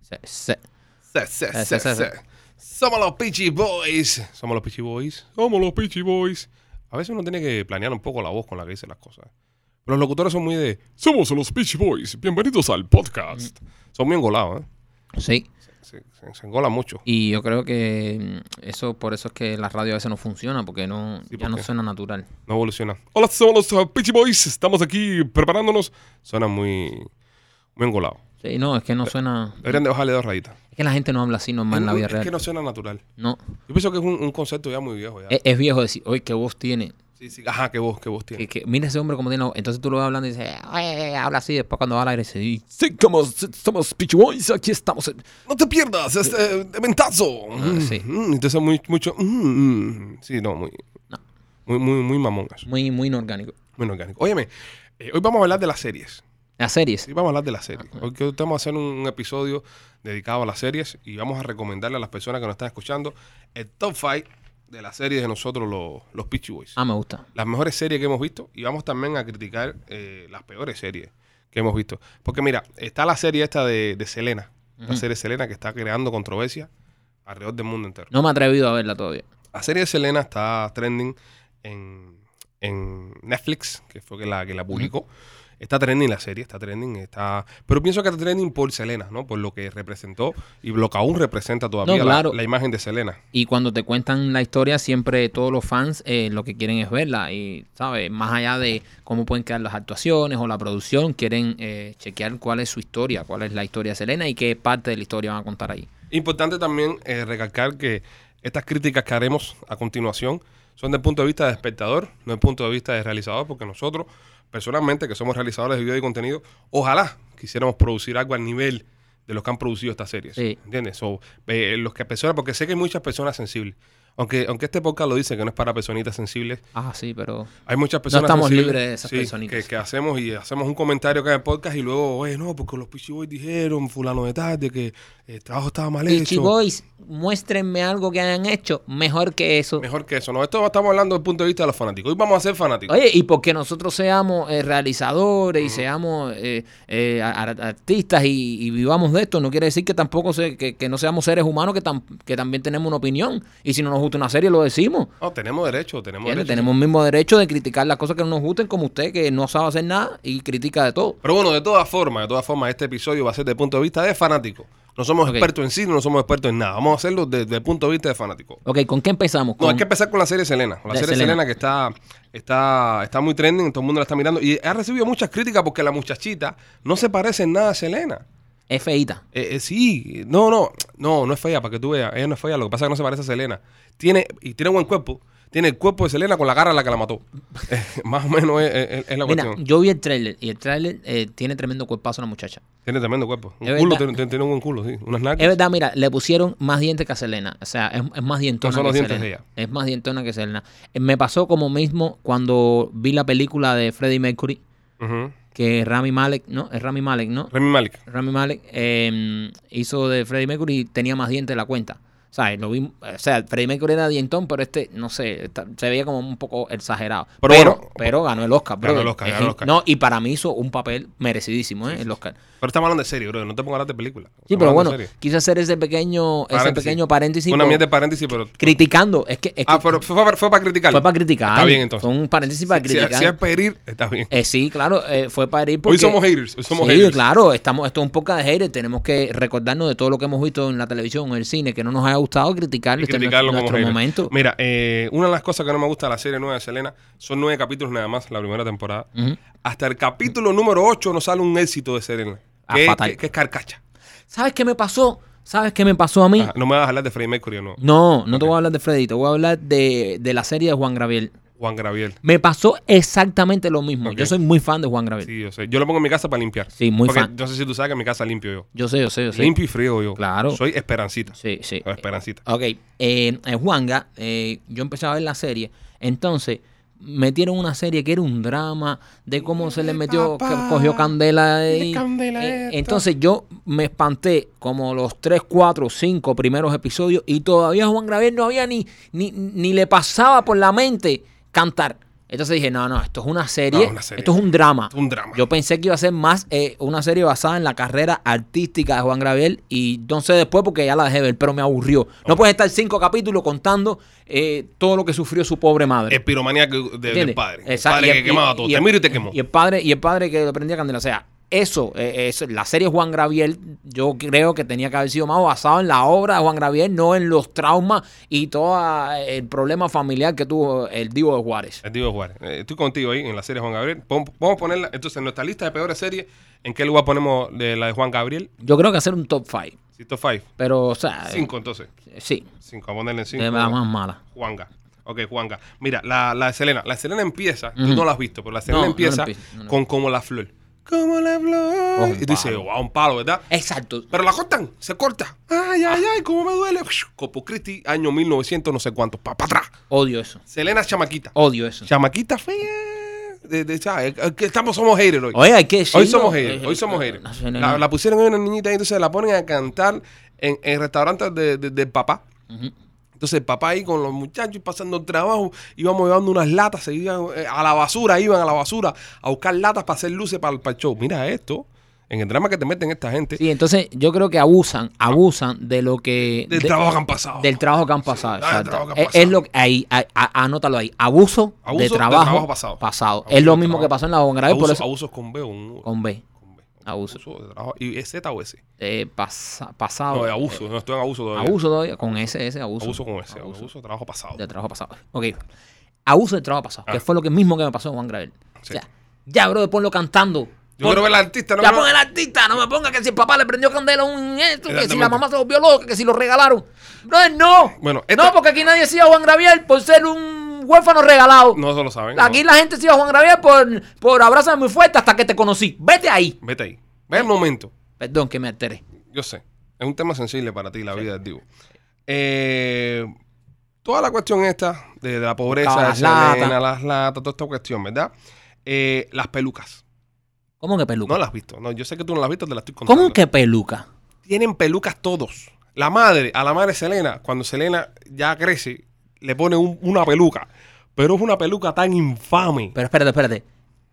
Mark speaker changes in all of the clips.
Speaker 1: Sí, sí.
Speaker 2: Se, se,
Speaker 1: Eh,
Speaker 2: se,
Speaker 1: se, se,
Speaker 2: se.
Speaker 1: se.
Speaker 2: Somos los Peachy Boys. Somos los Peachy Boys. Somos los Peachy Boys. A veces uno tiene que planear un poco la voz con la que dice las cosas. Pero los locutores son muy de. Somos los Peachy Boys. Bienvenidos al podcast. Son muy engolados, ¿eh?
Speaker 1: Sí.
Speaker 2: Se, se- se engolan mucho.
Speaker 1: Y yo creo que mm, eso por eso es que la radio a veces no funciona, porque no
Speaker 2: Sí,
Speaker 1: ya
Speaker 2: ¿por
Speaker 1: no
Speaker 2: qué?
Speaker 1: suena natural.
Speaker 2: No evoluciona. Hola, somos los uh, Peachy Boys. Estamos aquí preparándonos. Suena muy. Muy engolado.
Speaker 1: Sí, no, es que no suena.
Speaker 2: Deberían de bajarle dos rayitas.
Speaker 1: Es que la gente no habla así normal en la
Speaker 2: Es-
Speaker 1: vida
Speaker 2: es
Speaker 1: real.
Speaker 2: que
Speaker 1: No.
Speaker 2: no suena natural. Yo pienso que es un, un concepto ya muy viejo. Ya.
Speaker 1: e, Es, es viejo decir, oye, qué voz tiene.
Speaker 2: Sí, sí. Ajá, qué voz, qué voz tiene.
Speaker 1: Que, que- mira ese hombre como tiene la voz. Entonces tú lo vas hablando y dices, oye, habla así. Después cuando va al aire, sí, sí, como s- somos Peachy Boys, aquí estamos.
Speaker 2: No te pierdas, este ventazo.
Speaker 1: Ah, sí.
Speaker 2: Mm, entonces muy, mucho. mm, mm. Sí, no, muy.
Speaker 1: No.
Speaker 2: Muy, muy, muy mamón eso.
Speaker 1: Muy, muy inorgánico.
Speaker 2: Muy orgánico. Óyeme, eh, hoy vamos a hablar de las series.
Speaker 1: Las series.
Speaker 2: Sí, vamos a hablar de las series. Hoy que hoy vamos a hacer un, un episodio dedicado a las series y vamos a recomendarle a las personas que nos están escuchando el top 5 de las series de nosotros, los, los Peachy Boys.
Speaker 1: Ah, me gusta.
Speaker 2: Las mejores series que hemos visto y vamos también a criticar eh, las peores series que hemos visto. Porque mira, está la serie esta de, de Selena, la
Speaker 1: Ujú.
Speaker 2: serie Selena que está creando controversia alrededor del mundo entero.
Speaker 1: No me he atrevido a verla todavía.
Speaker 2: La serie de Selena está trending en, en Netflix, que fue que la que la publicó. Está trending la serie, está trending, está... Pero pienso que está trending por Selena, ¿no? Por lo que representó y lo que aún representa todavía la-
Speaker 1: claro.
Speaker 2: la, imagen de Selena.
Speaker 1: Y cuando te cuentan la historia, siempre todos los fans eh, lo que quieren es verla. Y, ¿sabes? Más allá de cómo pueden quedar las actuaciones o la producción, quieren eh, chequear cuál es su historia, cuál es la historia de Selena y qué parte de la historia van a contar ahí.
Speaker 2: Importante también eh, recalcar que estas críticas que haremos a continuación son del punto de vista de espectador, no del punto de vista de realizador, porque nosotros, personalmente, que somos realizadores de video y contenido, ojalá quisiéramos producir algo al nivel de los que han producido estas series.
Speaker 1: Sí.
Speaker 2: ¿Entiendes? So, eh, los que personas, porque sé que hay muchas personas sensibles. Aunque, aunque este podcast lo dice que no es para personitas sensibles,
Speaker 1: Ah, sí, pero.
Speaker 2: hay muchas personas
Speaker 1: estamos
Speaker 2: sensibles,
Speaker 1: libres de esas
Speaker 2: sí,
Speaker 1: personitas.
Speaker 2: Que, que hacemos y hacemos un comentario acá en el podcast y luego, oye, no, porque los Pichi Boys dijeron, fulano de tarde, que el trabajo estaba mal hecho.
Speaker 1: Peachy Boys, muéstrenme algo que hayan hecho mejor que eso.
Speaker 2: Mejor que eso, no. Esto estamos hablando desde el punto de vista de los fanáticos. Hoy vamos a ser fanáticos.
Speaker 1: Oye, y porque nosotros seamos eh, realizadores y seamos eh, eh, a- a- artistas y, y vivamos de esto, no quiere decir que tampoco se- que, que no seamos seres humanos que, tam- que también tenemos una opinión. Y si no nos gusta una serie, lo decimos.
Speaker 2: No, tenemos derecho, tenemos
Speaker 1: ¿Entiendes?
Speaker 2: derecho.
Speaker 1: Tenemos el mismo derecho de criticar las cosas que no nos gusten, como usted que no sabe hacer nada y critica de todo.
Speaker 2: Pero bueno, de todas formas, de todas formas, este episodio va a ser desde el punto de vista de fanático. No somos
Speaker 1: Ok.
Speaker 2: expertos en cine, no somos expertos en nada. Vamos a hacerlo desde el punto de vista de fanático.
Speaker 1: Ok, ¿con qué empezamos?
Speaker 2: No,
Speaker 1: Con-
Speaker 2: hay que empezar con la serie Selena. Con La
Speaker 1: De
Speaker 2: serie Selena,
Speaker 1: Selena.
Speaker 2: que está, está, está muy trending, todo el mundo la está mirando. Y ha recibido muchas críticas porque la muchachita no se parece en nada a Selena.
Speaker 1: Es feíta.
Speaker 2: Eh, eh, sí, no, no, no, no es fea, para que tú veas. Ella no es fea, lo que pasa es que no se parece a Selena. Tiene, y tiene buen cuerpo. Tiene el cuerpo de Selena con la cara a la que la mató. Eh, más o menos es, es- es la
Speaker 1: Mira,
Speaker 2: cuestión.
Speaker 1: yo vi el tráiler y el tráiler eh, tiene tremendo cuerpazo la muchacha.
Speaker 2: Tiene tremendo cuerpo. Un
Speaker 1: Es
Speaker 2: culo,
Speaker 1: verdad.
Speaker 2: tiene, tiene- tiene un buen culo, sí. Unas
Speaker 1: Es
Speaker 2: nalgas.
Speaker 1: verdad, mira, le pusieron más dientes que a Selena. O sea, es, es más dientona
Speaker 2: No son los
Speaker 1: que
Speaker 2: dientes de
Speaker 1: Selena. Es más dientona que Selena. Eh, Me pasó como mismo cuando vi la película de Freddie Mercury,
Speaker 2: Ujú.
Speaker 1: que Rami Malek, ¿no? Es Rami Malek, ¿no?
Speaker 2: Remy Malik.
Speaker 1: Rami Malek eh, hizo de Freddie Mercury y tenía más dientes de la cuenta. O sea, lo vi, o sea, Freddie Mercury era dientón, pero este, no sé, está- se veía como un poco exagerado.
Speaker 2: Pero
Speaker 1: Pero, pero,
Speaker 2: bueno,
Speaker 1: ganó el Oscar,
Speaker 2: ganó el
Speaker 1: brother.
Speaker 2: Oscar,
Speaker 1: Es
Speaker 2: ganó el
Speaker 1: que-
Speaker 2: Oscar.
Speaker 1: No, y para mí hizo un papel merecidísimo, ¿eh? El Oscar.
Speaker 2: Pero estamos hablando de serio, bro. No te pongas a hablar de película.
Speaker 1: Sí,
Speaker 2: Estamos
Speaker 1: pero
Speaker 2: hablando
Speaker 1: bueno,
Speaker 2: de serie.
Speaker 1: quise hacer ese pequeño, ese
Speaker 2: Paréntesis.
Speaker 1: pequeño paréntesis.
Speaker 2: Una
Speaker 1: por-
Speaker 2: mierda de paréntesis, pero.
Speaker 1: criticando. Es que, es
Speaker 2: Ah,
Speaker 1: que
Speaker 2: pero fue, para- fue para criticar.
Speaker 1: fue para criticar.
Speaker 2: Está bien, entonces.
Speaker 1: Fue un paréntesis para
Speaker 2: Si- si-
Speaker 1: criticar.
Speaker 2: Si es pedir, está bien.
Speaker 1: Eh, sí, claro, eh, fue para ir porque...
Speaker 2: Hoy somos haters. Hoy somos
Speaker 1: sí,
Speaker 2: haters.
Speaker 1: claro, estamos, esto es un poco de haters. Tenemos que recordarnos de todo lo que hemos visto en la televisión o en el cine que no nos haya gustado, criticarlo.
Speaker 2: y
Speaker 1: Este es
Speaker 2: criticarlo como
Speaker 1: nuestro
Speaker 2: haters.
Speaker 1: momento.
Speaker 2: Mira, eh, una de las cosas que no me gusta de la serie nueva de Selena son nueve capítulos nada más, la primera temporada.
Speaker 1: Ujú.
Speaker 2: Hasta el capítulo número 8 nos sale un éxito de Selena.
Speaker 1: Ah,
Speaker 2: Que, es-
Speaker 1: fatal.
Speaker 2: que- que es carcacha.
Speaker 1: ¿Sabes qué me pasó? ¿Sabes qué me pasó a mí?
Speaker 2: Ajá, no me vas a hablar de Freddie Mercury, Ah, no.
Speaker 1: No, no te voy a hablar de Freddy, te voy a hablar de, de la serie de Juan Graviel.
Speaker 2: Juan Graviel.
Speaker 1: Me pasó exactamente lo mismo.
Speaker 2: Ok.
Speaker 1: Yo soy muy fan de Juan Graviel.
Speaker 2: Sí, yo sé. Yo lo pongo en mi casa para limpiar.
Speaker 1: Sí, muy
Speaker 2: Porque
Speaker 1: fan.
Speaker 2: No sé si tú sabes que en mi casa limpio yo.
Speaker 1: Yo sé, yo sé, yo sé.
Speaker 2: Limpio y frío yo.
Speaker 1: Claro.
Speaker 2: Soy esperancita.
Speaker 1: Sí, sí.
Speaker 2: O esperancita.
Speaker 1: Ok, eh, eh, Juanga, eh, yo empecé a ver la serie, entonces metieron una serie que era un drama de cómo se le metió, que
Speaker 2: papá,
Speaker 1: cogió candela.
Speaker 2: dile
Speaker 1: Y,
Speaker 2: candela
Speaker 1: eh,
Speaker 2: esto.
Speaker 1: entonces yo me espanté como los 3, 4, 5 primeros episodios y todavía Juan Gravier no había ni, ni, ni le pasaba por la mente cantar. Entonces dije, no, no, esto es una serie,
Speaker 2: No, una serie.
Speaker 1: esto es un drama.
Speaker 2: Es un drama.
Speaker 1: Yo pensé que iba a ser más eh, una serie basada en la carrera artística de Juan Graviel y no sé después porque ya la dejé ver, pero me aburrió. No puedes estar cinco capítulos contando eh, todo lo que sufrió su pobre madre.
Speaker 2: El piromaníaco de- del
Speaker 1: ¿Entiendes?
Speaker 2: padre. El
Speaker 1: Exacto.
Speaker 2: padre
Speaker 1: Y
Speaker 2: que
Speaker 1: y-
Speaker 2: quemaba todo.
Speaker 1: y
Speaker 2: te
Speaker 1: el-
Speaker 2: miro y te quemó.
Speaker 1: Y el padre, y el padre que le prendía candela. O sea, eso, eh, eso, la serie Juan Graviel, yo creo que tenía que haber sido más basado en la obra de Juan Graviel, no en los traumas y todo eh, el problema familiar que tuvo el Divo de Juárez.
Speaker 2: El Divo de Juárez. Eh, estoy contigo ahí en la serie Juan Gabriel. Pon- Vamos a ponerla. Entonces, en nuestra lista de peores series, ¿en qué lugar ponemos de la de Juan Gabriel?
Speaker 1: Yo creo que hacer un top 5,
Speaker 2: Si top 5.
Speaker 1: pero, o sea, eh,
Speaker 2: 5, entonces.
Speaker 1: sí,
Speaker 2: 5. Vamos a ponerle en 5.
Speaker 1: de la más mala.
Speaker 2: Juanga. Ok, Juanga. Mira, la, la de Selena. La de Selena empieza, tú
Speaker 1: Ujú.
Speaker 2: no la has visto, pero la de Selena
Speaker 1: No, no la
Speaker 2: empieza
Speaker 1: empiezo, no la
Speaker 2: con como la flor. Como la flor.
Speaker 1: Oh, un
Speaker 2: y tú dices,
Speaker 1: palo.
Speaker 2: wow, un palo, ¿verdad?
Speaker 1: Exacto.
Speaker 2: Pero la cortan, se corta. Ay, ay, ay, cómo me duele. Copo Christi, año 1900, no sé cuánto. Pa, pa' atrás.
Speaker 1: Odio eso.
Speaker 2: Selena chamaquita.
Speaker 1: Odio eso.
Speaker 2: Chamaquita fea. De, de- ¿sabes? Que estamos, somos haters hoy.
Speaker 1: Oye, hay que decirlo.
Speaker 2: Hoy somos haters,
Speaker 1: Eh,
Speaker 2: hoy somos
Speaker 1: eh,
Speaker 2: haters.
Speaker 1: no sé, no,
Speaker 2: La,
Speaker 1: no.
Speaker 2: la pusieron hoy una niñita y entonces la ponen a cantar en, en restaurantes de, de- del papá.
Speaker 1: Ujú.
Speaker 2: Entonces el papá ahí con los muchachos pasando el trabajo, íbamos llevando unas latas, se iban eh, a la basura, iban a la basura a buscar latas para hacer luces para el, para el show. Mira esto, en el drama que te meten esta gente,
Speaker 1: Sí, entonces yo creo que abusan, abusan de lo que...
Speaker 2: del
Speaker 1: de-
Speaker 2: trabajo que han pasado.
Speaker 1: Del trabajo que han pasado.
Speaker 2: del
Speaker 1: exacto. Eh,
Speaker 2: trabajo que han
Speaker 1: es,
Speaker 2: pasado.
Speaker 1: es lo que ahí, a- a- anótalo ahí. Abuso,
Speaker 2: Abuso
Speaker 1: de
Speaker 2: de
Speaker 1: trabajo,
Speaker 2: trabajo pasado.
Speaker 1: pasado.
Speaker 2: Abuso
Speaker 1: es lo
Speaker 2: de
Speaker 1: mismo
Speaker 2: trabajo.
Speaker 1: que pasó en la Bongraví, por
Speaker 2: abusos,
Speaker 1: eso.
Speaker 2: abusos con B, un-
Speaker 1: Con B.
Speaker 2: con B.
Speaker 1: Abuso.
Speaker 2: de trabajo. ¿Y es Z o S?
Speaker 1: Eh, pasa- pasado. Eh,
Speaker 2: No, es abuso, no estoy en abuso todavía.
Speaker 1: Abuso todavía, Con ese, ese abuso.
Speaker 2: Abuso con S,
Speaker 1: Abuso
Speaker 2: abuso, de trabajo pasado.
Speaker 1: de trabajo pasado. Ok. Abuso de trabajo pasado.
Speaker 2: Ah.
Speaker 1: Que fue lo que mismo que me pasó con Juan Gravel. O
Speaker 2: Sí.
Speaker 1: sea, ya, bro, ponlo cantando.
Speaker 2: Yo quiero ver al artista, no
Speaker 1: ya
Speaker 2: quiero-
Speaker 1: pon el artista, no me ponga que si el papá le prendió candela a un esto, que si
Speaker 2: Exactamente.
Speaker 1: la mamá se volvió loca, que si lo regalaron. No, no.
Speaker 2: Bueno, este esta-
Speaker 1: No, porque aquí nadie sigue a Juan Graviel por ser un huérfano regalado.
Speaker 2: No se lo saben. no.
Speaker 1: Aquí la gente sigue a Juan Graviel por, por abrazarme muy fuerte hasta que te conocí. Vete ahí.
Speaker 2: Vete ahí. Ve el momento.
Speaker 1: Perdón que me alteré.
Speaker 2: Yo sé. Es un tema sensible para ti, la vida del Divo. Eh, toda la cuestión esta de, de la pobreza,
Speaker 1: Buscaba
Speaker 2: de
Speaker 1: las
Speaker 2: Selena,
Speaker 1: latas.
Speaker 2: las latas, toda esta cuestión, ¿verdad? Eh, las pelucas.
Speaker 1: ¿Cómo que peluca?
Speaker 2: No las has visto. No, yo sé que tú no las has visto, te las estoy contando.
Speaker 1: ¿Cómo que peluca?
Speaker 2: Tienen pelucas todos. La madre, a la madre Selena, cuando Selena ya crece, le pone un- una peluca. Pero es una peluca tan infame.
Speaker 1: Pero espérate, espérate.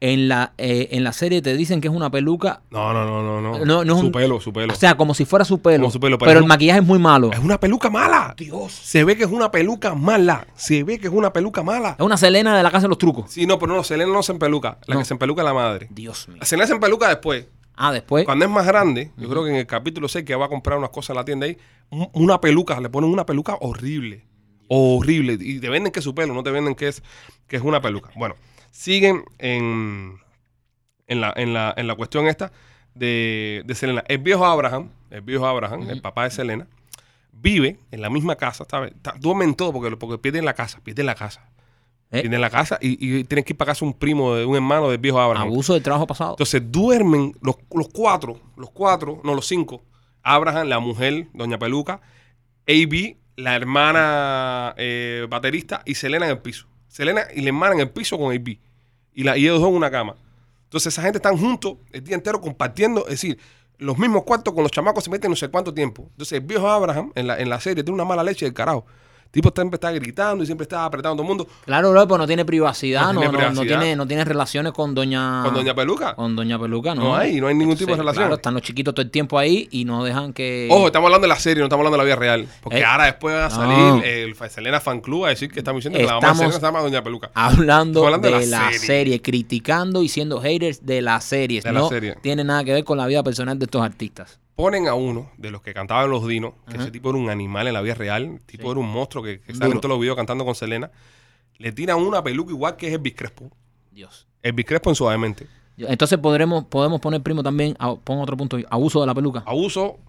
Speaker 1: En la, eh, en la serie te dicen que es una peluca.
Speaker 2: No, no, no, no, no.
Speaker 1: No, no es
Speaker 2: su
Speaker 1: un-
Speaker 2: pelo, su pelo.
Speaker 1: O sea, como si fuera su pelo.
Speaker 2: Como su pelo, pero
Speaker 1: pero
Speaker 2: es
Speaker 1: el
Speaker 2: un-
Speaker 1: maquillaje es muy malo.
Speaker 2: es
Speaker 1: Es
Speaker 2: una peluca mala.
Speaker 1: Dios.
Speaker 2: Se ve que es una peluca mala. Se ve que es una peluca mala.
Speaker 1: una Selena de la casa de los trucos.
Speaker 2: Sí, no, pero no, Selena no se empeluca. La
Speaker 1: No.
Speaker 2: que se empeluca es la madre.
Speaker 1: Dios mío.
Speaker 2: La Selena se empeluca después.
Speaker 1: Ah, después.
Speaker 2: Cuando es más grande, yo creo que en el capítulo 6 que va a comprar unas cosas en la tienda ahí, un- una peluca, le ponen una peluca horrible. Horrible. Y te venden que es su pelo, no te venden que es, que es una peluca. Bueno, siguen en, en, la, en, la, en la cuestión esta de, de Selena. El viejo Abraham, el viejo Abraham, el papá de Selena, vive en la misma casa, ¿sabes? Ta- Duermen todo porque, porque pierden la casa, pierden la casa.
Speaker 1: Eh.
Speaker 2: Pierden la casa y, y tienen que ir para casa un primo, de un hermano del viejo Abraham.
Speaker 1: Abuso de trabajo pasado.
Speaker 2: Entonces duermen los, los cuatro, los cuatro, no los cinco. Abraham, la mujer, Doña Peluca, AB, la hermana eh, baterista y Selena en el piso. Selena y la hermana en el piso con AB. Y, la, y ellos dos en una cama. Entonces esa gente están juntos el día entero compartiendo, es decir, los mismos cuartos con los chamacos se meten no sé cuánto tiempo. Entonces el viejo Abraham en la, en la serie tiene una mala leche del carajo. El tipo siempre está gritando y siempre está apretando a todo el mundo
Speaker 1: Claro, bro, pues no tiene privacidad,
Speaker 2: No
Speaker 1: no,
Speaker 2: tiene
Speaker 1: no- no
Speaker 2: privacidad.
Speaker 1: tiene, no tiene relaciones con doña,
Speaker 2: con Doña Peluca.
Speaker 1: con doña Peluca, Ah. Oh, no.
Speaker 2: No hay, no hay ningún tipo de
Speaker 1: Entonces,
Speaker 2: relación.
Speaker 1: Claro, están los chiquitos todo el tiempo ahí y no dejan que.
Speaker 2: Ojo, estamos hablando de la serie, no estamos hablando de la vida real. Porque
Speaker 1: Eh,
Speaker 2: ahora después va a salir eh,
Speaker 1: no.
Speaker 2: el fa- Selena Fan Club a decir que estamos diciendo que la mamá de
Speaker 1: Estamos- Ah.
Speaker 2: Selena se llama Doña Peluca.
Speaker 1: Hablando,
Speaker 2: Estamos hablando
Speaker 1: de, la, serie. criticando y siendo haters de las series.
Speaker 2: De la
Speaker 1: no
Speaker 2: serie.
Speaker 1: tiene nada que ver con la vida personal de estos artistas.
Speaker 2: Ponen a uno de los que cantaba en Los Dinos, que
Speaker 1: Ajá.
Speaker 2: ese tipo era un animal en la vida real, el tipo
Speaker 1: Sí.
Speaker 2: era un monstruo que, que sale en
Speaker 1: Duro.
Speaker 2: todos los videos cantando con Selena. Le tiran una peluca igual que es Elvis Crespo.
Speaker 1: Dios.
Speaker 2: Elvis Crespo en suavemente.
Speaker 1: Yo- Entonces podremos, podemos poner primo también, a- pon otro punto, abuso de la peluca.
Speaker 2: Abuso,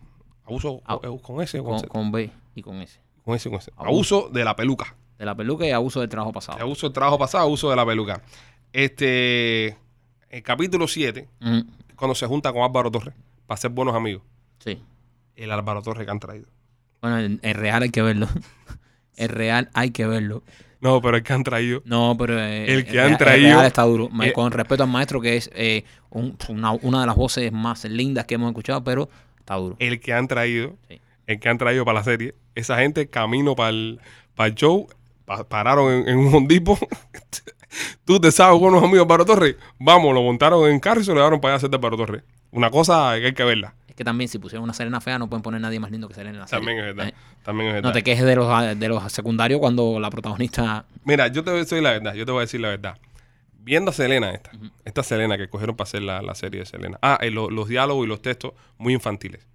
Speaker 2: abuso
Speaker 1: Au-
Speaker 2: eh, con ese, con,
Speaker 1: Con,
Speaker 2: ese,
Speaker 1: con B y con S.
Speaker 2: con ese, con ese.
Speaker 1: Abuso.
Speaker 2: Abuso de la peluca.
Speaker 1: De la peluca y abuso del trabajo pasado.
Speaker 2: Abuso del trabajo pasado, abuso de la peluca. Este, el capítulo 7,
Speaker 1: Ujú.
Speaker 2: cuando se junta con Álvaro Torres, para ser buenos amigos.
Speaker 1: Sí.
Speaker 2: el Álvaro Torres que han traído.
Speaker 1: Bueno, el, el real hay que verlo. El real hay que verlo.
Speaker 2: No, pero el que han traído.
Speaker 1: No, pero eh,
Speaker 2: El que han
Speaker 1: Real-
Speaker 2: traído-
Speaker 1: Real está duro. Ma-
Speaker 2: Eh.
Speaker 1: Con respeto al maestro, que es eh, un- una, una de las voces más lindas que hemos escuchado, pero está duro.
Speaker 2: El que han traído.
Speaker 1: Sí.
Speaker 2: El que han traído para la serie. Esa gente camino para el, para el show. pa- pararon en, en un hondipo. Tú te sabes con unos amigos para Torres. Vamos, lo montaron en carro y se lo llevaron para allá a hacer de Paro Torres. Una cosa que hay que verla.
Speaker 1: Es que también si pusieron una Serena fea no pueden poner nadie más lindo que Serena. en la serie.
Speaker 2: También es verdad.
Speaker 1: Eh,
Speaker 2: También es verdad.
Speaker 1: No te quejes de los, ah, de los secundarios cuando la protagonista...
Speaker 2: Mira, yo te voy a decir la verdad, yo te voy a decir la verdad. Viendo a Selena esta, esta Selena que cogieron para hacer la, la serie de Selena. Ah, eh, lo- los diálogos y los textos muy infantiles.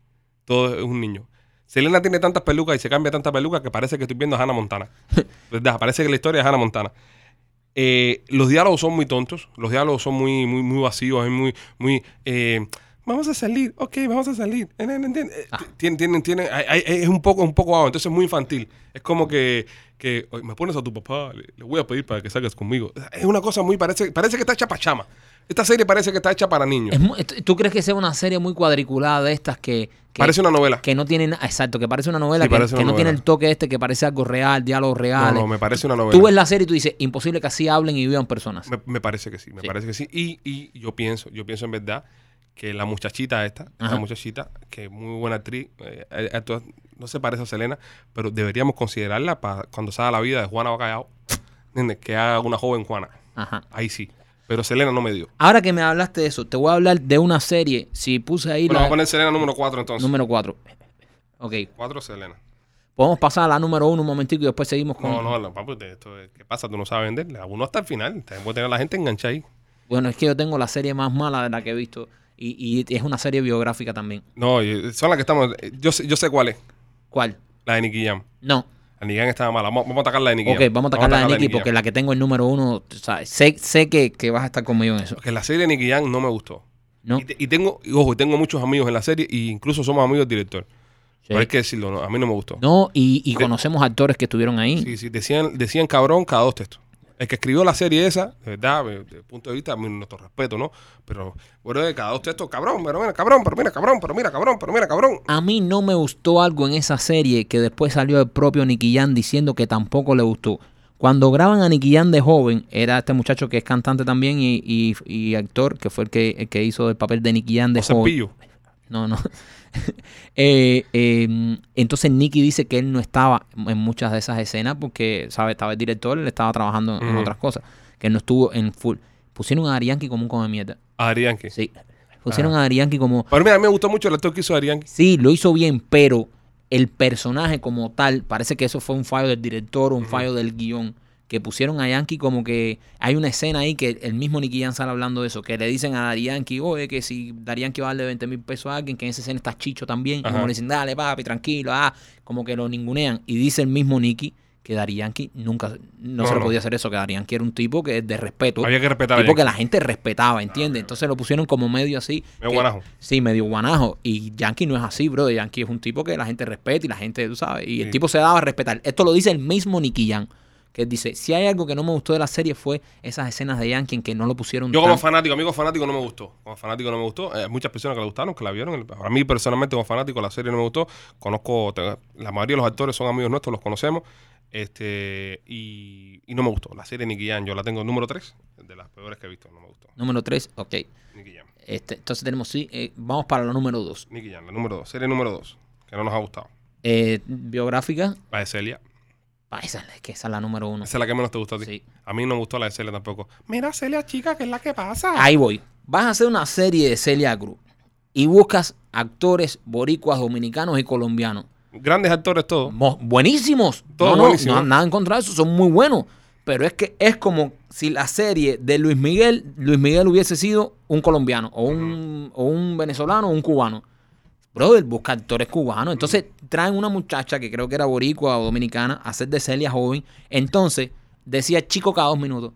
Speaker 2: Todo es un niño. Selena tiene tantas pelucas y se cambia tantas pelucas que parece que estoy viendo a Hannah Montana. ¿Verdad? Parece que la historia es Hannah Montana. Eh, los diálogos son muy tontos, los diálogos son muy, muy, muy vacíos, es muy, muy eh, vamos a salir, ok, vamos a salir. Eh, eh, eh, eh,
Speaker 1: Ah.
Speaker 2: Tienen, tienen, tienen, hay- hay- es un poco, un poco vago, entonces es muy infantil. Es como que, que "Oye, me pones a tu papá, le, le voy a pedir para que salgas conmigo. Es una cosa muy, parece, parece que está hecha para chama. Esta serie parece que está hecha para niños.
Speaker 1: Es mu- ¿Tú tú crees que sea una serie muy cuadriculada de estas que... que-
Speaker 2: parece una novela.
Speaker 1: que no tiene na- exacto que parece una novela
Speaker 2: Sí,
Speaker 1: que,
Speaker 2: parece una
Speaker 1: que no
Speaker 2: novela.
Speaker 1: tiene el toque este que parece algo real diálogos
Speaker 2: No,
Speaker 1: reales
Speaker 2: no, me parece una novela.
Speaker 1: tú ves la serie y tú dices imposible que así hablen y vivan personas
Speaker 2: Me, me parece que sí, me
Speaker 1: Sí.
Speaker 2: parece que sí. Y, y yo pienso, yo pienso en verdad que la muchachita esta,
Speaker 1: Ajá.
Speaker 2: la muchachita, que es muy buena actriz, eh, eh, actúa- no se parece a Selena, pero deberíamos considerarla para cuando salga la vida de Juana Bacallao, ¿entiendes? que haga una joven Juana.
Speaker 1: Ajá.
Speaker 2: Ahí sí. Pero Selena no me dio.
Speaker 1: ahora que me hablaste de eso te voy a hablar de una serie si puse ahí
Speaker 2: Bueno, vamos a
Speaker 1: la
Speaker 2: poner Selena número 4 entonces.
Speaker 1: número 4 ok
Speaker 2: 4 Selena.
Speaker 1: podemos pasar a la número 1 un momentico y después seguimos con
Speaker 2: No, no, no, papi, te- esto es- ¿qué pasa? Tú no sabes vender. Uno hasta el final. Te voy a tener a la gente enganchada ahí.
Speaker 1: bueno es que yo tengo la serie más mala de la que he visto y, y es una serie biográfica también
Speaker 2: No, y- son las que estamos. eh, Yo sé, yo sé cuál es.
Speaker 1: ¿cuál?
Speaker 2: La de Nicky Jam.
Speaker 1: no
Speaker 2: La Nicky Jam estaba mala. Vamos, vamos a atacar la de Nicky
Speaker 1: ok
Speaker 2: Jam.
Speaker 1: vamos a atacar la de Nicky
Speaker 2: Jam.
Speaker 1: porque la que tengo el número 1 sé, sé que, que vas a estar conmigo en eso
Speaker 2: Porque la serie de Nicky Jam no me gustó.
Speaker 1: ¿no?
Speaker 2: Y, te- y tengo, y ojo, y tengo muchos amigos en la serie e incluso somos amigos del director. Pero hay que decirlo, no, a mí no me gustó.
Speaker 1: No, y, y conocemos actores que estuvieron ahí.
Speaker 2: Sí, sí, decían, decían cabrón cada dos textos. El que escribió la serie esa, de verdad, desde el punto de vista, a mí, nuestro respeto, ¿no? Pero, bueno, de cada dos textos, cabrón, pero mira, cabrón, pero mira, cabrón, pero mira, cabrón, pero mira, cabrón.
Speaker 1: A mí no me gustó algo en esa serie que después salió el propio Nicky Jam diciendo que tampoco le gustó. Cuando graban a Nicky Jam de joven, era este muchacho que es cantante también y, y- y actor, que fue el que, el que hizo el papel de Nicky Jam de
Speaker 2: O
Speaker 1: joven.
Speaker 2: cepillo.
Speaker 1: No, no. Eh, eh, entonces Nicky dice que él no estaba en muchas de esas escenas porque, ¿sabes? Estaba el director, él estaba trabajando en, en
Speaker 2: Ujú.
Speaker 1: otras cosas, que él no estuvo en full. Pusieron a Arianki como un come mierda.
Speaker 2: Adrián que.
Speaker 1: Sí. Pusieron a Arianki como
Speaker 2: Pero mira, a mí me gustó mucho el actor que hizo Adrián.
Speaker 1: Sí, lo hizo bien, pero el personaje como tal, parece que eso fue un fallo del director, un fallo del guión. Que pusieron a Yankee como que hay una escena ahí que el mismo Nicky Jam sale hablando de eso, que le dicen a Darianki, oye, que si Darianki va a darle 20 mil pesos a alguien, que en esa escena está Chicho también, y como
Speaker 2: Ajá.
Speaker 1: le dicen, dale papi, tranquilo, ah, como que lo ningunean. Y dice el mismo Nicky que Darianki nunca, no,
Speaker 2: No,
Speaker 1: se le
Speaker 2: no.
Speaker 1: podía hacer eso, que Darianki era un tipo que es de respeto.
Speaker 2: Había que Ah, respetar a
Speaker 1: Tipo que
Speaker 2: Yankee.
Speaker 1: la gente respetaba, ¿entiendes? Entonces lo pusieron como medio así.
Speaker 2: Medio
Speaker 1: que-
Speaker 2: guanajo.
Speaker 1: Sí, medio guanajo. Y Yankee no es así, bro. Yankee es un tipo que la gente respeta y la gente, tú sabes. Y el
Speaker 2: Sí.
Speaker 1: tipo se daba a respetar. Esto lo dice el mismo Nicky Jam. Que dice, si hay algo que no me gustó de la serie fue esas escenas de Yankee en que no lo pusieron
Speaker 2: Yo como
Speaker 1: tan-
Speaker 2: fanático, amigo fanático no me gustó. Como fanático no me gustó. Hay muchas personas que le gustaron, que la vieron. A mí personalmente como fanático la serie no me gustó. Conozco, te- la mayoría de los actores son amigos nuestros, los conocemos. Este, y, y no me gustó. La serie Nicky Jam, yo la tengo número 3, de las peores que he visto. No me gustó.
Speaker 1: Número 3, ok.
Speaker 2: Nicky Jam.
Speaker 1: Este, entonces tenemos, sí, eh, vamos para la número 2.
Speaker 2: Nicky Jam, la número 2. Serie número 2, que no nos ha gustado.
Speaker 1: Eh, biográfica,
Speaker 2: La de Celia.
Speaker 1: ah, esa, es la- que esa es la número 1.
Speaker 2: Esa es la que menos te gustó a ti.
Speaker 1: Sí.
Speaker 2: A mí no me gustó la de Celia tampoco. Mira Celia, chica, que es la que pasa.
Speaker 1: Ahí voy. Vas a hacer una serie de Celia Cruz y buscas actores boricuas, dominicanos y colombianos.
Speaker 2: Grandes actores todos.
Speaker 1: Mo- buenísimos.
Speaker 2: Todo
Speaker 1: no, no,
Speaker 2: buenísimo.
Speaker 1: no, nada en contra de eso, son muy buenos. Pero es que es como si la serie de Luis Miguel, Luis Miguel hubiese sido un colombiano, o un, o un venezolano, o un cubano. Brother, busca actores cubanos. Entonces traen una muchacha que creo que era boricua o dominicana a hacer de Celia joven. Entonces decía chico cada dos minutos.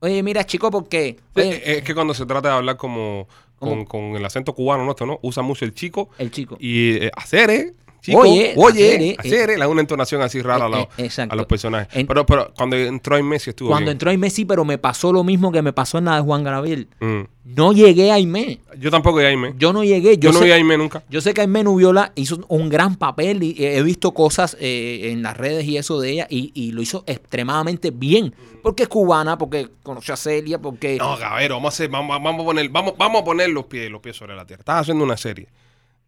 Speaker 1: Oye, mira, chico, porque
Speaker 2: Sí, eh, es que cuando se trata de hablar como con,
Speaker 1: ¿Cómo?
Speaker 2: con el acento cubano nuestro, ¿no? Usa mucho el chico
Speaker 1: el chico.
Speaker 2: y eh, hacer, eh, chico,
Speaker 1: Oye,
Speaker 2: oye,
Speaker 1: hacer,
Speaker 2: oye,
Speaker 1: eh,
Speaker 2: hacer, eh, le da una entonación así rara a, los-
Speaker 1: Eh, eh, exacto.
Speaker 2: a los personajes.
Speaker 1: En-
Speaker 2: pero, pero cuando entró en Messi estuvo
Speaker 1: Cuando
Speaker 2: bien.
Speaker 1: entró Aimee sí, pero me pasó lo mismo que me pasó en la de Juan Gabriel.
Speaker 2: Mm.
Speaker 1: No llegué a Aimee.
Speaker 2: Yo tampoco vi a Aime. Yo,
Speaker 1: Yo no llegué. Yo,
Speaker 2: no
Speaker 1: sé-
Speaker 2: vi a Aime nunca.
Speaker 1: Yo sé que Aime Nubiola hizo un gran papel y eh, he visto cosas eh, en las redes y eso de ella y, y lo hizo extremadamente bien. Porque es cubana, porque conoció a Celia, porque...
Speaker 2: No, cabrero, vamos a hacer, vamos, vamos a poner, vamos, vamos a poner los pies, los pies sobre la tierra. Estás haciendo una serie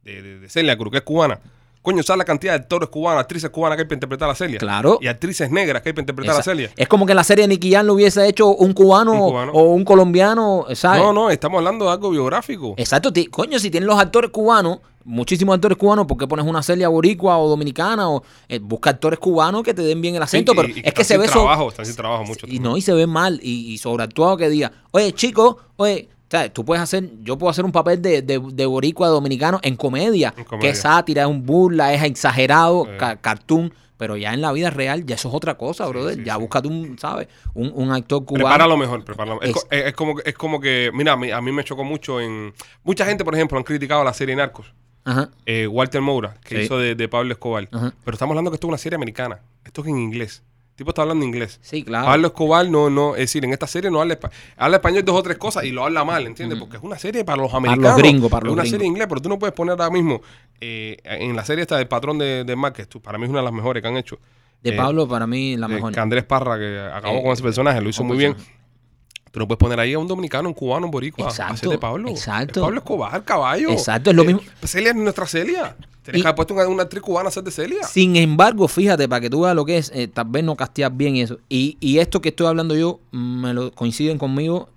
Speaker 2: de, de, de Celia Cruz, que es cubana, Coño, ¿sabes la cantidad de actores cubanos, actrices cubanas que hay para interpretar a Celia?
Speaker 1: Claro.
Speaker 2: Y actrices negras que hay para interpretar
Speaker 1: Esa-
Speaker 2: a Celia.
Speaker 1: Es como que la serie de Nicky Jam lo hubiese hecho un cubano,
Speaker 2: Un cubano.
Speaker 1: o un colombiano, ¿sabes?
Speaker 2: No, no, estamos hablando de algo biográfico.
Speaker 1: Exacto, ti- coño, si tienen los actores cubanos, muchísimos actores cubanos, ¿por qué pones una Celia boricua o dominicana? o eh, Busca actores cubanos que te den bien el acento,
Speaker 2: Sí,
Speaker 1: pero
Speaker 2: y- y
Speaker 1: es
Speaker 2: están
Speaker 1: que se
Speaker 2: sin
Speaker 1: ve so-
Speaker 2: trabajo, están sin trabajo mucho.
Speaker 1: y no, y se ve mal, y, y sobreactuado que diga, oye, chico, oye, ¿sabes? tú puedes hacer, yo puedo hacer un papel de, de, de boricua dominicano en comedia,
Speaker 2: En comedia.
Speaker 1: que es sátira, es un burla, es exagerado,
Speaker 2: Eh.
Speaker 1: ca- cartoon, pero ya en la vida real, ya eso es otra cosa, brother,
Speaker 2: sí,
Speaker 1: ya
Speaker 2: sí.
Speaker 1: búscate un, ¿sabes? Un, un actor cubano.
Speaker 2: Prepáralo mejor, prepáralo. Es,
Speaker 1: Es-
Speaker 2: co- es- es como, es como que, mira, a mí, a mí me chocó mucho en... Mucha gente, por ejemplo, han criticado la serie Narcos.
Speaker 1: Ajá.
Speaker 2: Eh, Walter Moura, que
Speaker 1: Sí.
Speaker 2: hizo de, de Pablo Escobar.
Speaker 1: Ajá.
Speaker 2: Pero estamos hablando que esto es una serie americana. Esto es en inglés. El tipo está hablando inglés.
Speaker 1: Sí, claro.
Speaker 2: Pablo Escobar no, no, es decir, en esta serie no habla, espa- habla español dos o tres cosas y lo habla mal, ¿entiendes? Porque es una serie para los americanos.
Speaker 1: gringos, para los
Speaker 2: Es una
Speaker 1: gringos.
Speaker 2: serie en inglés, pero tú no puedes poner ahora mismo eh, en la serie esta del patrón de, de Mark, que esto para mí es una de las mejores que han hecho.
Speaker 1: De
Speaker 2: Eh,
Speaker 1: Pablo, para mí, la
Speaker 2: eh,
Speaker 1: mejor.
Speaker 2: que Andrés Parra, que acabó
Speaker 1: Eh,
Speaker 2: con ese personaje, lo hizo
Speaker 1: un
Speaker 2: muy bien. Tú no puedes poner ahí a un dominicano, un cubano, un boricua.
Speaker 1: Exacto,
Speaker 2: Exacto. De Pablo.
Speaker 1: exacto.
Speaker 2: Es Pablo Escobar, caballo.
Speaker 1: Exacto, es lo
Speaker 2: Eh,
Speaker 1: mismo.
Speaker 2: Celia es nuestra Celia. Tienes
Speaker 1: Y-
Speaker 2: que haber puesto una, una actriz cubana a ser de Celia.
Speaker 1: Sin embargo, fíjate, para que tú veas lo que es, eh, tal vez no casteas bien y eso. Y, y esto que estoy hablando yo, me lo coinciden conmigo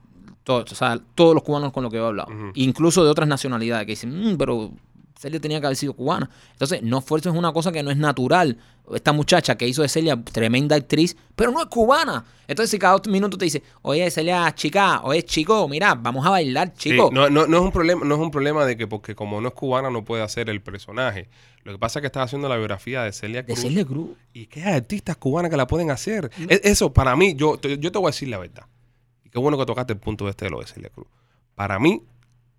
Speaker 1: todos, o sea, todos los cubanos con los que yo he hablado.
Speaker 2: Ujú.
Speaker 1: Incluso de otras nacionalidades que dicen, "Mm, pero Celia tenía que haber sido cubana. Entonces, no fuerces una cosa que no es natural. Esta muchacha que hizo de Celia tremenda actriz, pero no es cubana. Entonces, si cada dos minutos te dice, oye, Celia, chica, oye, chico, mira, vamos a bailar,
Speaker 2: Sí,
Speaker 1: chico.
Speaker 2: no, no, no es un problema, no es un problema de que porque como no es cubana no puede hacer el personaje. Lo que pasa es que estás haciendo la biografía de Celia
Speaker 1: de
Speaker 2: Cruz.
Speaker 1: Celia Cruz.
Speaker 2: ¿Y qué artistas cubanas que la pueden hacer?
Speaker 1: Mm.
Speaker 2: Es- eso, para mí, yo, te- yo te voy a decir la verdad. Y qué bueno que tocaste el punto de este de lo de Celia Cruz. Para mí,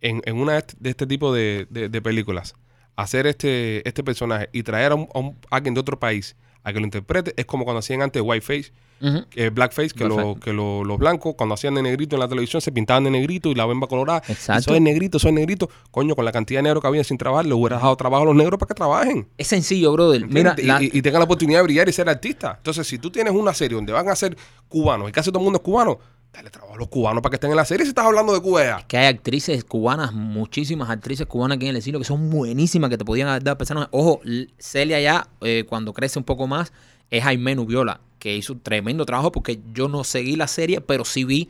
Speaker 2: en, en una de este, de este tipo de, de- de películas, hacer este, este personaje y traer a, un- a un- a alguien de otro país a que lo interprete es como cuando hacían antes Whiteface,
Speaker 1: Ujú.
Speaker 2: que es Blackface, que, lo-
Speaker 1: Blackface.
Speaker 2: que lo- los blancos, cuando hacían de negrito en la televisión, se pintaban de negrito y la bemba colorada. y
Speaker 1: Exacto.
Speaker 2: soy negrito, soy negrito. Coño, con la cantidad de negros que había sin trabajar, le hubieras dado trabajo a los negros para que trabajen.
Speaker 1: Es sencillo, brother. Mira,
Speaker 2: ¿Entiendes? y,
Speaker 1: la-
Speaker 2: y- y tenga la oportunidad de brillar y ser artista. Entonces, si tú tienes una serie donde van a ser cubanos y casi todo el mundo es cubano, dale trabajo a los cubanos para que estén en la serie si estás hablando de Cuba. ya.
Speaker 1: que hay actrices cubanas, muchísimas actrices cubanas aquí en el exilio que son buenísimas, que te podían dar personas. Ojo, L- Celia ya, eh, cuando crece un poco más, es Jaime Nubiola, que hizo un tremendo trabajo porque yo no seguí la serie, pero sí vi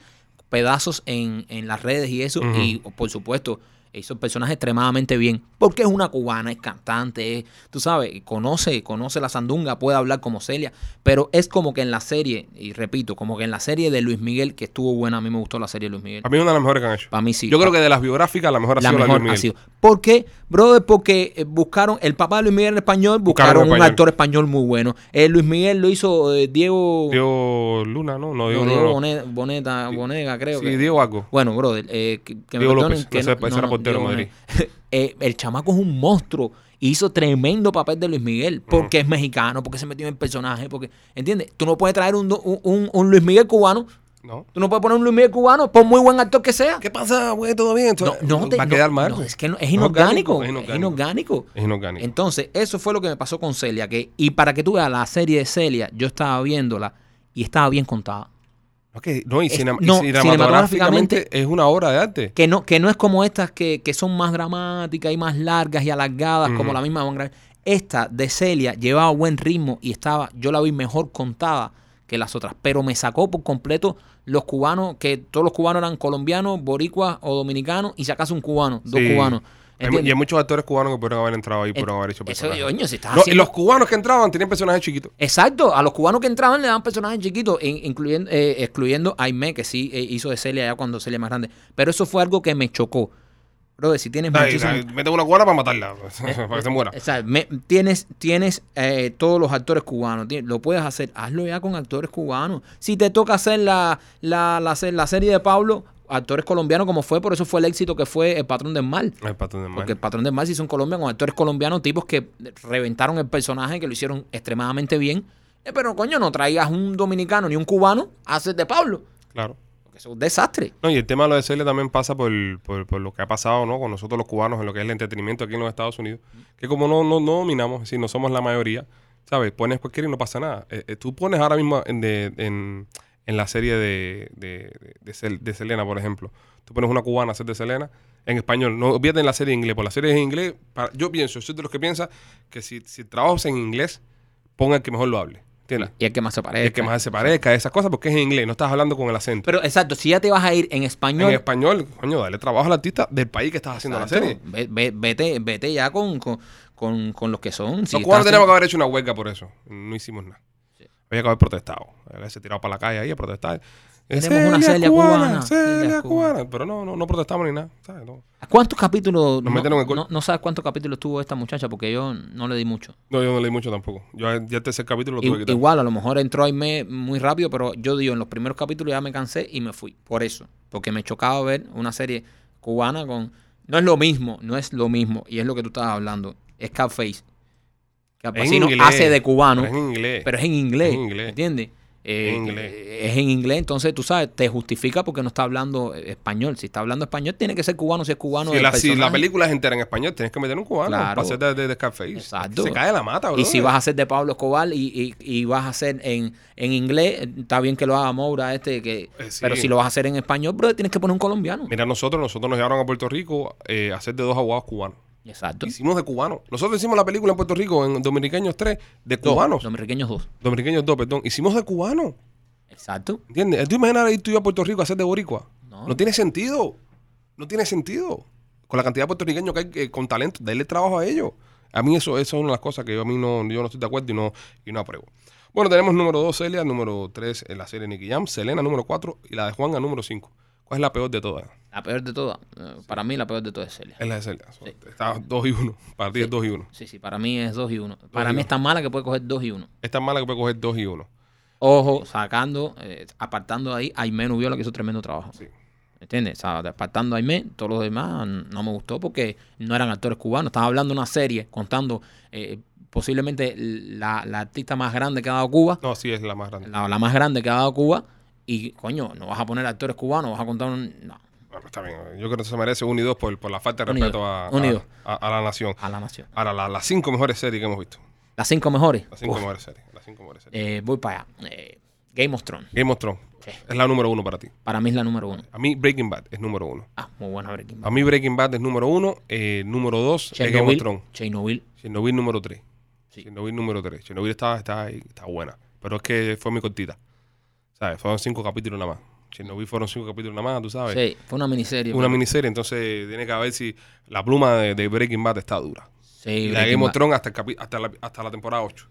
Speaker 1: pedazos en, en las redes y eso.
Speaker 2: Ujú.
Speaker 1: Y por supuesto, hizo el personaje extremadamente bien. Porque es una cubana, es cantante, es- tú sabes, conoce, conoce la sandunga, puede hablar como Celia. Pero es como que en la serie, y repito, como que en la serie de Luis Miguel, que estuvo buena, a mí me gustó la serie de Luis Miguel.
Speaker 2: A mí es una de las mejores que han hecho.
Speaker 1: Para mí sí. ah,
Speaker 2: Yo creo que de las biográficas, la mejor ha
Speaker 1: la
Speaker 2: sido la de
Speaker 1: mejor
Speaker 2: Luis
Speaker 1: ha
Speaker 2: Miguel.
Speaker 1: sido. ¿Por qué, brother? Porque eh, buscaron, el papá de Luis Miguel era español, buscaron,
Speaker 2: Buscaron un
Speaker 1: un
Speaker 2: español.
Speaker 1: actor español muy bueno. Eh, Luis Miguel lo hizo eh, Diego,
Speaker 2: Diego Luna, ¿no? No,
Speaker 1: no,
Speaker 2: Diego,
Speaker 1: Diego,
Speaker 2: Luna, no.
Speaker 1: Bonet- Boneta, Bonega, creo
Speaker 2: Sí,
Speaker 1: que.
Speaker 2: Diego algo.
Speaker 1: Bueno, brother, eh, que, que me
Speaker 2: Diego
Speaker 1: perdonen
Speaker 2: López,
Speaker 1: que
Speaker 2: ese- ese era portero
Speaker 1: Diego
Speaker 2: de Madrid.
Speaker 1: Bonet. Eh, el chamaco es un monstruo. Hizo tremendo papel de Luis Miguel porque es mexicano, porque se metió en el personaje, porque, ¿entiendes? Tú no puedes traer un, do- un- un- un Luis Miguel cubano,
Speaker 2: ¿No?
Speaker 1: tú no puedes poner un Luis Miguel cubano, por muy buen actor que sea.
Speaker 2: ¿Qué pasa, güey? ¿Todo bien?
Speaker 1: No, no, te-
Speaker 2: Va a
Speaker 1: no,
Speaker 2: quedar mal.
Speaker 1: no, es que no- es
Speaker 2: No,
Speaker 1: inorgánico,
Speaker 2: orgánico,
Speaker 1: es inorgánico.
Speaker 2: Es inorgánico.
Speaker 1: Entonces, eso fue lo que me pasó con Celia. Que, y para que tú veas la serie de Celia, yo estaba viéndola y estaba bien contada.
Speaker 2: Ok, no, y,
Speaker 1: es-
Speaker 2: cine- y
Speaker 1: no,
Speaker 2: cinematográficamente
Speaker 1: cinematográficamente-
Speaker 2: es una obra de arte.
Speaker 1: Que no, que no es como estas que, que son más dramáticas y más largas y alargadas, como
Speaker 2: Ujú.
Speaker 1: la misma. Van Gogh. Esta de Celia llevaba buen ritmo y estaba, yo la vi mejor contada que las otras, pero me sacó por completo los cubanos, que todos los cubanos eran colombianos, boricuas o dominicanos, y sacas un cubano, dos
Speaker 2: Sí.
Speaker 1: cubanos.
Speaker 2: Hay mu-
Speaker 1: ¿entiendes?
Speaker 2: y hay muchos actores cubanos que pudieron haber entrado ahí y pudieron haber hecho
Speaker 1: Eso,
Speaker 2: personajes.
Speaker 1: coño, si estás
Speaker 2: No, y
Speaker 1: haciendo-
Speaker 2: los cubanos que entraban tenían personajes chiquitos.
Speaker 1: Exacto, a los cubanos que entraban le daban personajes chiquitos, in- incluyendo, eh, excluyendo a Aimé, que sí eh, hizo de Celia ya cuando Celia es más grande. Pero eso fue algo que me chocó. Brother, si tienes
Speaker 2: Ay,
Speaker 1: muchísimo-
Speaker 2: ay, Mete una cubana para matarla, para que se muera.
Speaker 1: o sea, me- tienes tienes eh, todos los actores cubanos, ti- lo puedes hacer, hazlo ya con actores cubanos. Si te toca hacer la, la, la, se- la serie de Pablo, actores colombianos como fue, por eso fue el éxito que fue El Patrón del Mal.
Speaker 2: El patrón de mal.
Speaker 1: Porque el patrón del mal se hizo en Colombia con actores colombianos, tipos que reventaron el personaje, que lo hicieron extremadamente bien. Eh, Pero coño, no traigas un dominicano ni un cubano a hacer de Pablo.
Speaker 2: Claro.
Speaker 1: Porque eso es un desastre.
Speaker 2: No, y el tema de lo de Celia también pasa por, por, por lo que ha pasado ¿no? con nosotros los cubanos en lo que es el entretenimiento aquí en los Estados Unidos, que como no, no, no dominamos, es decir, no somos la mayoría, ¿sabes? Pones cualquiera y no pasa nada. Eh, eh, tú pones ahora mismo en, de- en- en la serie de, de, de, Sel- de Selena, por ejemplo. Tú pones una cubana a hacer de Selena en español. No olvides en la serie en inglés, por la serie en inglés, para- yo pienso, soy de los que piensa que si, si trabajas en inglés, ponga el que mejor lo hable. ¿Entiendes?
Speaker 1: Y el que más se parezca.
Speaker 2: El que más se parezca, esas cosas, porque es en inglés, no estás hablando con el acento.
Speaker 1: Este. Pero exacto, si ya te vas a ir en español.
Speaker 2: en español, coño, dale trabajo al artista del país que estás haciendo la
Speaker 1: exacto,
Speaker 2: serie.
Speaker 1: ve- ve- vete, vete ya con, con, con- con los que son. Si
Speaker 2: Los cubanos
Speaker 1: estás
Speaker 2: tenemos que haber hecho una huelga por eso. No hicimos nada. Había que haber protestado. Había que haberse tirado para la calle ahí a protestar.
Speaker 1: Queremos una Celia cubana,
Speaker 2: Celia
Speaker 1: Celia
Speaker 2: cubana. Pero no, no, no protestamos ni nada. ¿sabes? No.
Speaker 1: ¿Cuántos capítulos?
Speaker 2: Nos
Speaker 1: no,
Speaker 2: metieron en col-
Speaker 1: no- no sabes cuántos capítulos tuvo esta muchacha porque yo no le di mucho.
Speaker 2: No, yo no leí mucho tampoco. Yo a- ya el tercer capítulo lo tuve que
Speaker 1: I-
Speaker 2: quitar.
Speaker 1: Igual, a lo mejor entró ahí me- muy rápido, pero yo digo, en los primeros capítulos ya me cansé y me fui. Por eso. Porque me chocaba ver una serie cubana con. No es lo mismo, no es lo mismo. Y es lo que tú estabas hablando. Es Catface. Que Al
Speaker 2: En
Speaker 1: Pacino
Speaker 2: inglés,
Speaker 1: pues, hace de cubano.
Speaker 2: pero es en inglés.
Speaker 1: pero es en inglés,
Speaker 2: Es en inglés.
Speaker 1: ¿entiendes? Eh,
Speaker 2: Es en inglés.
Speaker 1: eh, Es en inglés, entonces tú sabes, te justifica porque no está hablando eh, español. Si está hablando español, tiene que ser cubano si es cubano.
Speaker 2: si,
Speaker 1: el
Speaker 2: la, si la
Speaker 1: personaje.
Speaker 2: película es entera en español, tienes que meter un cubano
Speaker 1: Claro.
Speaker 2: para hacer de, de, de Scarface.
Speaker 1: Exacto.
Speaker 2: Se cae la mata, bro.
Speaker 1: Y si vas a hacer de Pablo Escobar y, y- y vas a hacer en, en inglés, eh, está bien que lo haga Moura este, que,
Speaker 2: Eh, sí.
Speaker 1: pero si lo vas a hacer en español, bro, tienes que poner un colombiano.
Speaker 2: Mira, nosotros, nosotros nos llevaron a Puerto Rico eh, a hacer de dos abogados cubanos.
Speaker 1: Exacto.
Speaker 2: Hicimos de cubanos. Nosotros hicimos la película en Puerto Rico, en Dominiqueños 3, de
Speaker 1: Dos,
Speaker 2: cubanos.
Speaker 1: Dominiqueños dos.
Speaker 2: Dominiqueños 2, perdón. Hicimos de cubanos.
Speaker 1: Exacto.
Speaker 2: ¿Entiendes? ¿Tú imaginas ir tú y yo a Puerto Rico a hacer de boricua?
Speaker 1: No.
Speaker 2: No. tiene sentido. No tiene sentido. Con la cantidad de puertorriqueños que hay que- con talento, darle trabajo a ellos. A mí eso, eso es una de las cosas que yo, a mí no, yo no estoy de acuerdo y no, y no apruebo. Bueno, tenemos número 2 Celia, número 3 la serie Nicky Jam, Selena número 4 y la de Juanga número 5. ¿Cuál es la peor de todas?
Speaker 1: La peor de todas. eh, Para mí, la peor de todas es Celia.
Speaker 2: Es la de Celia. So, Está 2 y 1. Para ti es 2 y 1.
Speaker 1: Sí, sí, para mí es dos y uno. Para
Speaker 2: y
Speaker 1: mí
Speaker 2: uno.
Speaker 1: es tan mala que puede coger dos y uno.
Speaker 2: Es tan mala que puede coger 2 y 1.
Speaker 1: Ojo, sacando, eh, apartando ahí, Aimé Nubiola que hizo tremendo trabajo.
Speaker 2: Sí.
Speaker 1: ¿Entiendes? O sea, apartando a Aimé, todos los demás n- no me gustó porque no eran actores cubanos. Estaba hablando de una serie contando eh, posiblemente la, la artista más grande que ha dado Cuba,
Speaker 2: No, sí es la más grande.
Speaker 1: la, la más grande que ha dado Cuba, y coño, no vas a poner actores cubanos, vas a contar un. No,
Speaker 2: Bueno, está bien. Yo creo que se merece un y 2 por, por la falta de
Speaker 1: Un y
Speaker 2: respeto
Speaker 1: dos.
Speaker 2: a,
Speaker 1: Un y
Speaker 2: a-
Speaker 1: dos.
Speaker 2: a- a la nación.
Speaker 1: a la nación.
Speaker 2: Ahora, la- las 5 mejores series que hemos visto.
Speaker 1: Las cinco mejores.
Speaker 2: Las 5
Speaker 1: Uf,
Speaker 2: mejores series. Las cinco mejores series.
Speaker 1: eh, voy para allá. Eh, Game of Thrones,
Speaker 2: Game of Thrones es la número uno para ti.
Speaker 1: para mí es la número uno.
Speaker 2: A mí Breaking Bad es número uno.
Speaker 1: Ah, muy buena Breaking Bad.
Speaker 2: A mí Breaking Bad es número uno. Eh, número dos es Game of
Speaker 1: Chernobyl,
Speaker 2: Thrones.
Speaker 1: Chernobyl,
Speaker 2: Chernobyl número tres.
Speaker 1: Sí.
Speaker 2: Chernobyl número tres. Chernobyl está, está, ahí, está buena. Pero es que fue muy cortita. ¿Sabes? Fueron cinco capítulos nada más. Chernobyl fueron cinco capítulos nada más, tú sabes.
Speaker 1: sí, fue una miniserie.
Speaker 2: Una
Speaker 1: pero-
Speaker 2: miniserie, entonces tiene que ver si la pluma de, de Breaking Bad está dura.
Speaker 1: Sí,
Speaker 2: Y la
Speaker 1: Breaking
Speaker 2: Game of
Speaker 1: Bad.
Speaker 2: Thrones hasta, el capi- hasta, la, hasta la temporada 8.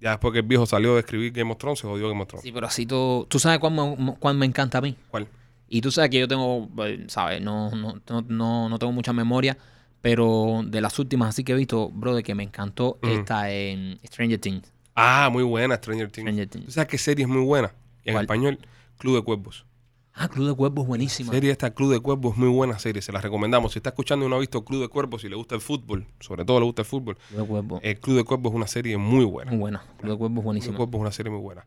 Speaker 2: Ya después que el viejo salió de escribir Game of Thrones, se jodió Game of Thrones.
Speaker 1: Sí, pero así todo. Tú sabes cuál me, cuál me encanta a mí.
Speaker 2: ¿Cuál?
Speaker 1: Y tú sabes que yo tengo, eh, ¿sabes? No, no, no, no, no tengo mucha memoria. Pero de las últimas así que he visto, bro, de que me encantó
Speaker 2: Ujú.
Speaker 1: esta en Stranger Things.
Speaker 2: Ah, muy buena Stranger Things.
Speaker 1: Stranger Things.
Speaker 2: ¿Tú sabes qué serie es muy buena? Y en
Speaker 1: ¿Cuál?
Speaker 2: español, Club de Cuervos.
Speaker 1: Ah, Club de Cuervos, buenísima.
Speaker 2: Serie esta, Club de Cuervos, es muy buena serie. Se la recomendamos. Si está escuchando y no ha visto Club de Cuervos y le gusta el fútbol, sobre todo le gusta el fútbol,
Speaker 1: Club de Cuervos.
Speaker 2: el Club de Cuervos es una serie muy buena.
Speaker 1: muy buena. Club de Cuervos,
Speaker 2: Eh, Club de
Speaker 1: buenísima.
Speaker 2: Cuervos es una serie muy buena.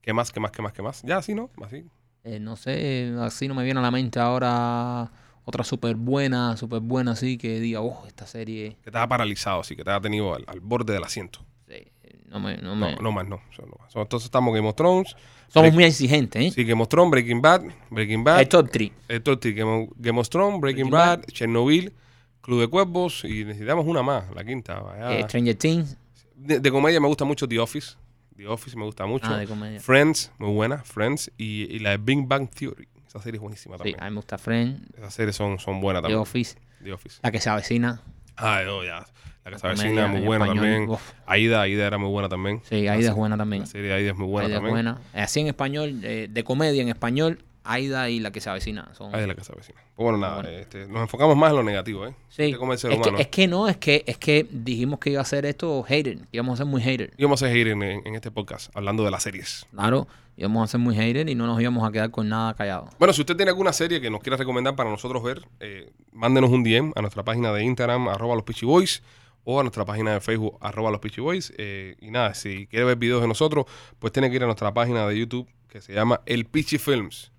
Speaker 2: ¿Qué más, qué más, qué más, qué más? Ya, así, ¿no? Así.
Speaker 1: Eh, no sé, así no me viene a la mente ahora otra súper buena, súper buena así que diga, oh, esta serie.
Speaker 2: Que estaba paralizado, así, que te ha tenido al, al borde del asiento.
Speaker 1: sí, no me, no
Speaker 2: No,
Speaker 1: me-
Speaker 2: no más, no. Eso no más. Entonces estamos Game of Thrones.
Speaker 1: Somos
Speaker 2: Break-
Speaker 1: muy exigentes, ¿eh?
Speaker 2: Sí, ah, Game of Thrones, Breaking Bad, Breaking Bad. eh,
Speaker 1: El top 3.
Speaker 2: Esto es Game of, Game of Thrones, Breaking,
Speaker 1: Breaking
Speaker 2: Bad, Chernobyl, Club de Cuervos y necesitamos una más, la quinta. vaya.
Speaker 1: eh, Stranger Things.
Speaker 2: de, de comedia me gusta mucho The Office. The Office me gusta mucho.
Speaker 1: Ah, de comedia.
Speaker 2: Friends, muy buena. Friends y, y la de Big Bang Theory. Esa serie es buenísima
Speaker 1: Sí,
Speaker 2: también.
Speaker 1: a mí me gusta Friends,
Speaker 2: Esas series son, son buenas
Speaker 1: The
Speaker 2: también.
Speaker 1: Office,
Speaker 2: The Office.
Speaker 1: La que se avecina.
Speaker 2: Ah, yo, ya. La Casa
Speaker 1: comedia
Speaker 2: Vecina, muy
Speaker 1: en
Speaker 2: buena
Speaker 1: español,
Speaker 2: también.
Speaker 1: uf.
Speaker 2: Aida, Aida era muy buena también.
Speaker 1: Sí, Aida es buena también.
Speaker 2: La serie de Aida es muy Ah, buena
Speaker 1: Aida es
Speaker 2: también.
Speaker 1: buena. Así en español, eh, de comedia en español, Aida y La que se avecina. Son...
Speaker 2: Aida, la Casa Vecina. Pues bueno, nada, este, nos enfocamos más en lo negativo, ¿eh?
Speaker 1: Sí.
Speaker 2: Este como el
Speaker 1: Es,
Speaker 2: ser
Speaker 1: que,
Speaker 2: humano.
Speaker 1: es que no, es que, es que dijimos que iba a ser esto hater, que íbamos a ser muy hater.
Speaker 2: Y vamos a seguir en, en este podcast hablando de las series.
Speaker 1: Claro, íbamos a ser muy hater y no nos íbamos a quedar con nada callado.
Speaker 2: Bueno, si usted tiene alguna serie que nos quiera recomendar para nosotros ver, eh, mándenos un DM a nuestra página de Instagram, arroba los Peachy Boys, o a nuestra página de Facebook, arroba los Peachy Boys. Eh, y nada, si quiere ver videos de nosotros, pues tiene que ir a nuestra página de YouTube que se llama El Pichi Films.